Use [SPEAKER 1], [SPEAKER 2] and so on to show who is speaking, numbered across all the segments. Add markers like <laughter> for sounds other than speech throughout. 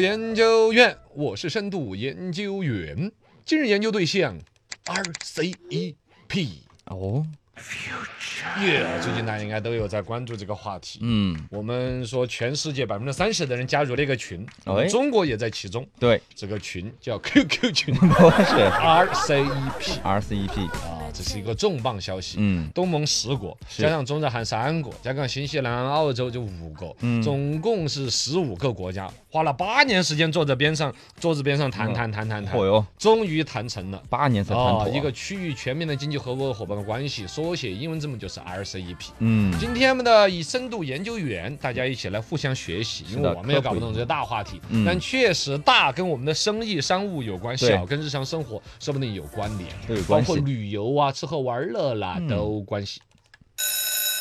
[SPEAKER 1] 研究院，我是深度研究员。今日研究对象，RCEP。E
[SPEAKER 2] 哦，
[SPEAKER 1] 耶、最近大家应该都有在关注这个话题。
[SPEAKER 2] 嗯，
[SPEAKER 1] 我们说，全世界百分之三十的人加入了一个群，我们
[SPEAKER 2] 哎
[SPEAKER 1] 中国也在其中。
[SPEAKER 2] 对， <laughs>
[SPEAKER 1] 这个群叫 QQ 群
[SPEAKER 2] 不是
[SPEAKER 1] RCEP
[SPEAKER 2] RCEP，
[SPEAKER 1] 啊，这是一个重磅消息。
[SPEAKER 2] 嗯，
[SPEAKER 1] 东盟十国
[SPEAKER 2] 是
[SPEAKER 1] 加上中日韩三国，加上新西兰、澳洲就五个，
[SPEAKER 2] 嗯
[SPEAKER 1] 总共是十五个国家，花了八年时间坐在边上，桌子边上谈
[SPEAKER 2] 嗯
[SPEAKER 1] 谈谈谈谈
[SPEAKER 2] 嚯，哟，
[SPEAKER 1] 终于谈成了。
[SPEAKER 2] 八年才谈妥
[SPEAKER 1] 哦
[SPEAKER 2] 啊，
[SPEAKER 1] 一个区域全面的经济合作伙伴关系，缩写英文字母就是 E RCEP。
[SPEAKER 2] 嗯，
[SPEAKER 1] 今天我们的以深度研究员，大家一起来互相学习，因
[SPEAKER 2] 是
[SPEAKER 1] 为
[SPEAKER 2] 的
[SPEAKER 1] 我们也
[SPEAKER 2] 科
[SPEAKER 1] 搞
[SPEAKER 2] 普
[SPEAKER 1] 不
[SPEAKER 2] 一
[SPEAKER 1] 懂
[SPEAKER 2] 下
[SPEAKER 1] 这个大话题，
[SPEAKER 2] 嗯
[SPEAKER 1] 但确实大跟我们的生意商务有关，
[SPEAKER 2] 对
[SPEAKER 1] 小跟日常生活说不定有关联，
[SPEAKER 2] 都有
[SPEAKER 1] 包
[SPEAKER 2] 关系
[SPEAKER 1] 括旅游啊、吃喝玩乐啦
[SPEAKER 2] 嗯
[SPEAKER 1] 都关系。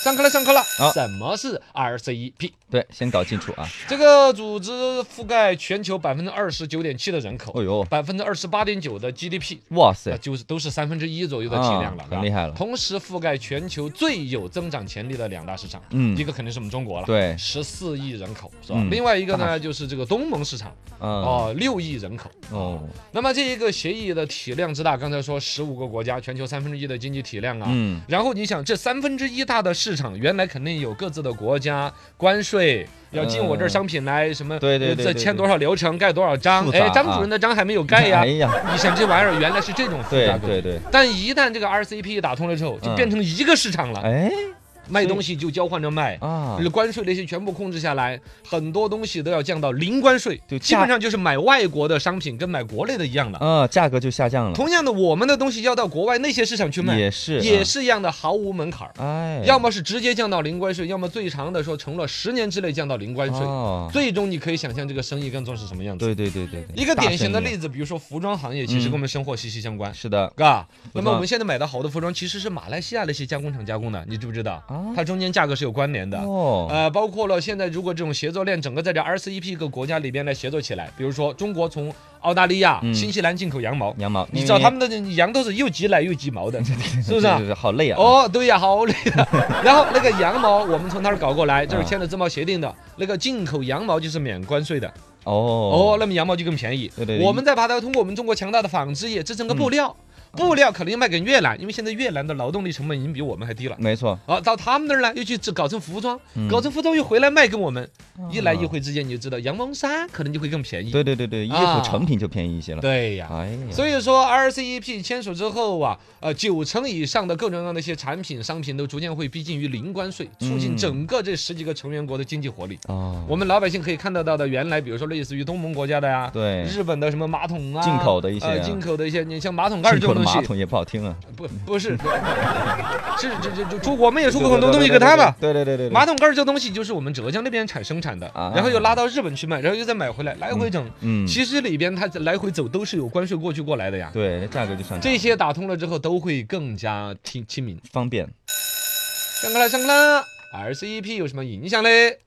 [SPEAKER 1] 上课了，上课了
[SPEAKER 2] 啊！
[SPEAKER 1] 什么是 RCEP？
[SPEAKER 2] 对，先搞清楚啊。
[SPEAKER 1] 这个组织覆盖全球百分之二十九点七的人口
[SPEAKER 2] 哦，哟，
[SPEAKER 1] 百分之二十八点九的 GDP，
[SPEAKER 2] 哇
[SPEAKER 1] 那
[SPEAKER 2] 塞，
[SPEAKER 1] 就是都是三分之一左右的体量了，
[SPEAKER 2] 啊
[SPEAKER 1] 是吧
[SPEAKER 2] 很厉害了
[SPEAKER 1] 同时覆盖全球最有增长潜力的两大市场，
[SPEAKER 2] 嗯
[SPEAKER 1] 一个肯定是我们中国了，
[SPEAKER 2] 对
[SPEAKER 1] 十四亿人口是吧？
[SPEAKER 2] 嗯
[SPEAKER 1] 另外一个
[SPEAKER 2] 大
[SPEAKER 1] 呢就是这个东盟市场，
[SPEAKER 2] 嗯，
[SPEAKER 1] 哦，六亿人口。
[SPEAKER 2] 哦，
[SPEAKER 1] 那么这一个协议的体量之大，刚才说十五个国家，全球三分之一的经济体量啊。
[SPEAKER 2] 嗯，
[SPEAKER 1] 然后你想，这三分之一大的市场，原来肯定有各自的国家关税，要进我这儿商品来什么？
[SPEAKER 2] 嗯对对对
[SPEAKER 1] 这
[SPEAKER 2] 对
[SPEAKER 1] 签多少流程，盖多少章？
[SPEAKER 2] 复杂
[SPEAKER 1] 哎，张
[SPEAKER 2] 啊
[SPEAKER 1] 主任的章还没有盖呀啊
[SPEAKER 2] 哎。呀，
[SPEAKER 1] 你想这玩意儿原来是这种复
[SPEAKER 2] 对
[SPEAKER 1] 杂规律
[SPEAKER 2] 对对，
[SPEAKER 1] 但一旦这个 RCEP 打通了之后，就
[SPEAKER 2] 嗯
[SPEAKER 1] 变成一个市场了，
[SPEAKER 2] 哎
[SPEAKER 1] 卖东西就交换着卖。
[SPEAKER 2] 啊，
[SPEAKER 1] 关税那些全部控制下来，很多东西都要降到零关税，
[SPEAKER 2] 就
[SPEAKER 1] 基本
[SPEAKER 2] 价
[SPEAKER 1] 上就是买外国的商品跟买国内的一样的。
[SPEAKER 2] 啊，价格就下降了，
[SPEAKER 1] 同样的，我们的东西要到国外那些市场去卖，
[SPEAKER 2] 也是
[SPEAKER 1] 也
[SPEAKER 2] 啊，
[SPEAKER 1] 是一样的，毫无门槛儿。
[SPEAKER 2] 哎，
[SPEAKER 1] 要么是直接降到零关税，要么最长的说承诺十年之内降到零关税。
[SPEAKER 2] 哦，
[SPEAKER 1] 最终你可以想象这个生意跟踪是什么样子。
[SPEAKER 2] 对对对对对，
[SPEAKER 1] 一个典型的
[SPEAKER 2] 大生意
[SPEAKER 1] 例子，比如说服装行业，其实
[SPEAKER 2] 嗯
[SPEAKER 1] 跟我们生活息息相关。
[SPEAKER 2] 是的，
[SPEAKER 1] 嘎，那么
[SPEAKER 2] 装
[SPEAKER 1] 我们现在买到好多服装其实是马来西亚那些加工厂加工的，你知不知道？
[SPEAKER 2] 啊
[SPEAKER 1] 它中间价格是有关联的。
[SPEAKER 2] 哦，
[SPEAKER 1] 呃，包括了现在如果这种协作链整个在这 RCEP 一个国家里边来协作起来，比如说中国从澳大利亚、
[SPEAKER 2] 嗯
[SPEAKER 1] 新西兰进口羊毛，
[SPEAKER 2] 羊毛，
[SPEAKER 1] 你
[SPEAKER 2] 因
[SPEAKER 1] 知道
[SPEAKER 2] 为
[SPEAKER 1] 他们的羊都是又挤奶又挤毛
[SPEAKER 2] <laughs>
[SPEAKER 1] 的， <laughs> 是不是啊？
[SPEAKER 2] 是好累啊，
[SPEAKER 1] 哦，对呀，好累的。然后那个羊毛，我们从那儿搞过来，这儿签了自贸协定的，那个进口羊毛就是免关税的。哦
[SPEAKER 2] 哦，
[SPEAKER 1] 那么羊毛就更便宜。
[SPEAKER 2] 对对对
[SPEAKER 1] 我们再把它通过我们中国强大的纺织业制成个布料，
[SPEAKER 2] 嗯
[SPEAKER 1] 布料可能要卖给越南，因为现在越南的劳动力成本已经比我们还低了。
[SPEAKER 2] 没错，
[SPEAKER 1] 啊，到他们那儿呢，又去制搞成服装，
[SPEAKER 2] 嗯
[SPEAKER 1] 搞成服装又回来卖给我们，一来一
[SPEAKER 2] 啊
[SPEAKER 1] 回之间你就知道，羊毛衫可能就会更便宜。
[SPEAKER 2] 对对对对，衣
[SPEAKER 1] 啊
[SPEAKER 2] 服成品就便宜一些了。
[SPEAKER 1] 对呀、
[SPEAKER 2] 哎呀，
[SPEAKER 1] 所以说 RCEP E 签署之后啊，呃，九成以上的各种各样的一些产品、商品都逐渐会逼近于零关税，促进
[SPEAKER 2] 嗯
[SPEAKER 1] 整个这十几个成员国的经济活力。
[SPEAKER 2] 哦，
[SPEAKER 1] 我们老百姓可以看得到的，原来比如说类似于东盟国家的呀，
[SPEAKER 2] 对，
[SPEAKER 1] 日本的什么马桶啊，
[SPEAKER 2] 进口的一些
[SPEAKER 1] 呃
[SPEAKER 2] 啊
[SPEAKER 1] 进口的一些，你像马桶盖这
[SPEAKER 2] 进口
[SPEAKER 1] 种东
[SPEAKER 2] 的马
[SPEAKER 1] 西，
[SPEAKER 2] 桶也不好听啊，
[SPEAKER 1] 不不是，不是这这这中我们也出口很多东西给
[SPEAKER 2] 对对对
[SPEAKER 1] 他嘛。
[SPEAKER 2] 对对对对，对
[SPEAKER 1] 马桶盖这东西就是我们浙江那边产生产的
[SPEAKER 2] 啊，
[SPEAKER 1] 然后又拉到日本去卖，然后又再买回来，来回整。
[SPEAKER 2] 嗯，
[SPEAKER 1] 其实里边它来回走都是有关税过去过来的呀。
[SPEAKER 2] 对，价格就上去
[SPEAKER 1] 这些打通了之后，都会更加亲亲民。
[SPEAKER 2] 方便，
[SPEAKER 1] 上课了，上课了，RCEP E 有什么影响嘞？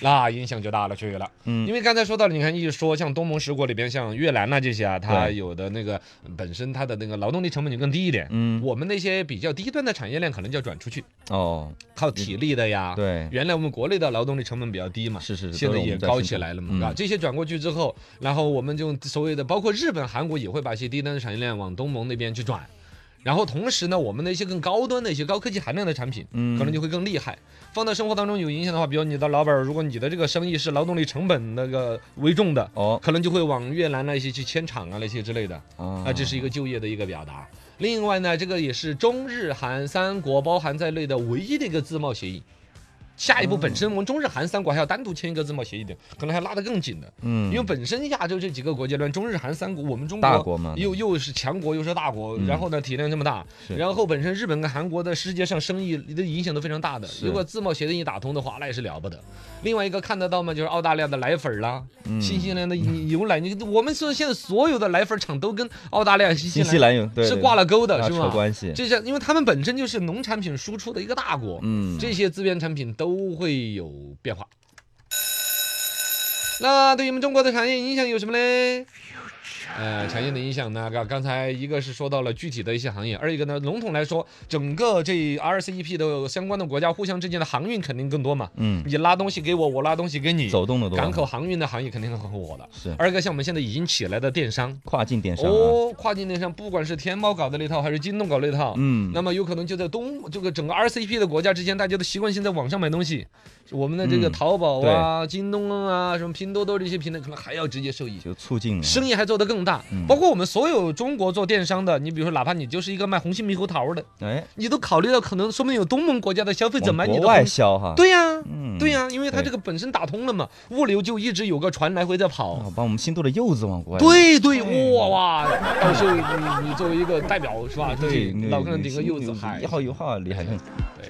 [SPEAKER 1] 那影响就大了去了，
[SPEAKER 2] 嗯
[SPEAKER 1] 因为刚才说到了，你看一说像东盟十国里边，像越南呐、这些啊，它
[SPEAKER 2] 对
[SPEAKER 1] 有的那个本身它的那个劳动力成本就更低一点。
[SPEAKER 2] 嗯，
[SPEAKER 1] 我们那些比较低端的产业链可能就要转出去，
[SPEAKER 2] 哦，
[SPEAKER 1] 靠体力的呀。
[SPEAKER 2] 对，
[SPEAKER 1] 原来我们国内的劳动力成本比较低嘛，
[SPEAKER 2] 是是是，
[SPEAKER 1] 现
[SPEAKER 2] 都
[SPEAKER 1] 在
[SPEAKER 2] 是我
[SPEAKER 1] 也
[SPEAKER 2] 们在
[SPEAKER 1] 高
[SPEAKER 2] 生
[SPEAKER 1] 起
[SPEAKER 2] 产
[SPEAKER 1] 来了
[SPEAKER 2] 嗯
[SPEAKER 1] 嘛，啊，这些转过去之后，然后我们就所谓的，包括日本、韩国也会把一些低端的产业链往东盟那边去转，然后同时呢，我们的一些更高端的一些高科技含量的产品，
[SPEAKER 2] 嗯
[SPEAKER 1] 可能就会更厉害。放到生活当中有影响的话，比如你的老板儿，如果你的这个生意是劳动力成本那个为重的，
[SPEAKER 2] 哦
[SPEAKER 1] 可能就会往越南那些去迁厂啊那些之类的，
[SPEAKER 2] 啊
[SPEAKER 1] 啊，这是一个就业的一个表达。另外呢，这个也是中日韩三国包含在内的唯一的一个自贸协议。下一步，本身我们中日韩三国还要单独签一个自贸协议的，可能还拉得更紧的，
[SPEAKER 2] 嗯，
[SPEAKER 1] 因为本身亚洲这几个国家里面，中日韩三国，我们中
[SPEAKER 2] 大
[SPEAKER 1] 国
[SPEAKER 2] 国嘛，
[SPEAKER 1] 又又是强国又是大国，
[SPEAKER 2] 嗯
[SPEAKER 1] 然后呢体量这么大，
[SPEAKER 2] 是
[SPEAKER 1] 然后本身日本跟韩国在世界上生意的影响都非常大的。
[SPEAKER 2] 是
[SPEAKER 1] 如果自贸协定一打通的话，那也是了不得。另外一个看得到吗？就是澳大利亚的奶粉儿啦，
[SPEAKER 2] 嗯
[SPEAKER 1] 新西兰的牛奶，你我们说现在所有的奶粉厂都跟澳大利亚、新
[SPEAKER 2] 新西兰有对
[SPEAKER 1] 是挂了钩的，
[SPEAKER 2] 啊
[SPEAKER 1] 是
[SPEAKER 2] 扯
[SPEAKER 1] 吗？
[SPEAKER 2] 关系，
[SPEAKER 1] 这些，因为他们本身就是农产品输出的一个大国，
[SPEAKER 2] 嗯，
[SPEAKER 1] 这些资源产品都会有变化。那对于我们中国的产业影响有什么嘞？呃强硬的影响呢，刚刚才一个是说到了具体的一些行业，二一个呢，笼统来说，整个这 RCEP 的相关的国家互相之间的航运肯定更多嘛，
[SPEAKER 2] 嗯，
[SPEAKER 1] 你拉东西给我，我拉东西给你，
[SPEAKER 2] 走动的多，
[SPEAKER 1] 港口航运的行业肯定很火的。
[SPEAKER 2] 是
[SPEAKER 1] 二一个像我们现在已经起来的电商，
[SPEAKER 2] 跨境电商啊，
[SPEAKER 1] 哦，跨境电商，不管是天猫搞的那套，还是京东搞那套，
[SPEAKER 2] 嗯，
[SPEAKER 1] 那么有可能就在东这个整个 RCP 的国家之间，大家都习惯性在网上买东西，我们的这个
[SPEAKER 2] 嗯
[SPEAKER 1] 淘宝啊、京东啊、什么拼多多这些平台，可能还要直接受益。
[SPEAKER 2] 就促进了
[SPEAKER 1] 生意还做得更大，
[SPEAKER 2] 嗯
[SPEAKER 1] 包括我们所有中国做电商的，你比如说，哪怕你就是一个卖红星猕猴桃的，
[SPEAKER 2] 哎，
[SPEAKER 1] 你都考虑到可能说不定有东盟国家的消费者买
[SPEAKER 2] 往
[SPEAKER 1] 你的
[SPEAKER 2] 国外
[SPEAKER 1] 东西，
[SPEAKER 2] 销哈，，
[SPEAKER 1] 对呀、
[SPEAKER 2] 嗯，
[SPEAKER 1] 对呀、因为它
[SPEAKER 2] 对
[SPEAKER 1] 这个本身打通了嘛，物流就一直有个船来回在跑，
[SPEAKER 2] 哦，把我们新度的柚子往国外，，
[SPEAKER 1] 对对，
[SPEAKER 2] 哎
[SPEAKER 1] 哇哇！到时候你你作为一个代表是吧？对，老跟人顶个柚子嗨
[SPEAKER 2] 一。号油
[SPEAKER 1] 啊
[SPEAKER 2] 号厉害，
[SPEAKER 1] 对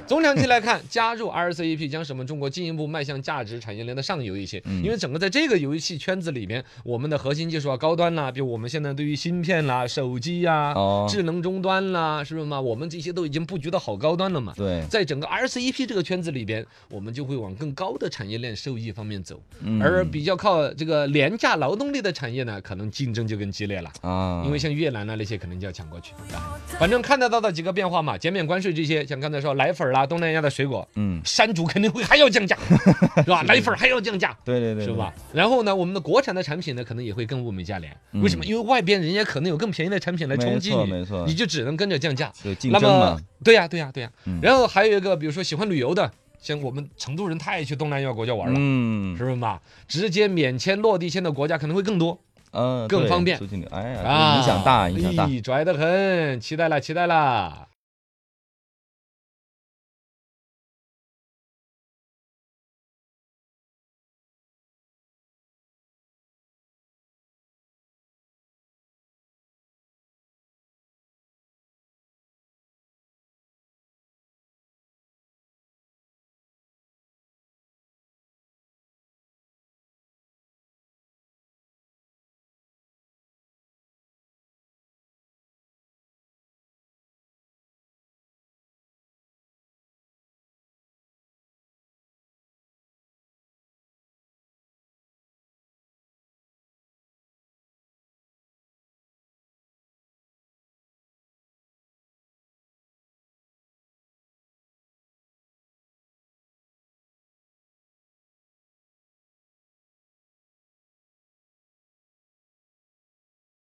[SPEAKER 1] 总长期来看，加入 RCEP 将使我们中国进一步迈向价值产业链的上游一些。
[SPEAKER 2] 嗯
[SPEAKER 1] 因为整个在这个游戏圈子里面，我们的核心技术啊、高端啦，比如我们现在对于芯片啦、手机呀、
[SPEAKER 2] <laughs> 哦
[SPEAKER 1] 智能终端啦，是不是嘛？我们这些都已经布局的好高端了嘛。
[SPEAKER 2] 对，
[SPEAKER 1] 在整个 RCEP 这个圈子里边，我们就会往更高的产业链受益方面走，
[SPEAKER 2] 嗯
[SPEAKER 1] 而比较靠这个廉价劳动力的产业呢，可能竞争就更激烈了。
[SPEAKER 2] 啊，
[SPEAKER 1] 因为像越南啊那些可能就要抢过去，是吧反正看得到的几个变化嘛，减免关税这些，像刚才说奶粉儿啦、东南亚的水果，
[SPEAKER 2] 嗯，
[SPEAKER 1] 山竹肯定会还要
[SPEAKER 2] <laughs>
[SPEAKER 1] 降价，是吧？奶粉儿还要降价。
[SPEAKER 2] 对对对，
[SPEAKER 1] 是吧？然后呢，我们的国产的产品呢，可能也会更物美价廉。
[SPEAKER 2] 嗯
[SPEAKER 1] 为什么？因为外边人家可能有更便宜的产品来
[SPEAKER 2] 没
[SPEAKER 1] 冲击
[SPEAKER 2] 错
[SPEAKER 1] 你
[SPEAKER 2] 没错，
[SPEAKER 1] 你就只能跟着降价。
[SPEAKER 2] 对？就竞
[SPEAKER 1] 那
[SPEAKER 2] 争
[SPEAKER 1] 么 <laughs>
[SPEAKER 2] 嘛，，
[SPEAKER 1] 对呀，对呀，对呀
[SPEAKER 2] 嗯。
[SPEAKER 1] 然后还有一个，比如说喜欢旅游的，像我们成都人太爱去东南亚国家玩了，
[SPEAKER 2] 嗯
[SPEAKER 1] 是，不是嘛？直接免签落地签的国家可能会更多。
[SPEAKER 2] 呃，
[SPEAKER 1] 更
[SPEAKER 2] 对
[SPEAKER 1] 方便
[SPEAKER 2] 促进流哎呀，
[SPEAKER 1] 啊，
[SPEAKER 2] 影响大，影响大，
[SPEAKER 1] 咦拽得很，期待了，期待了。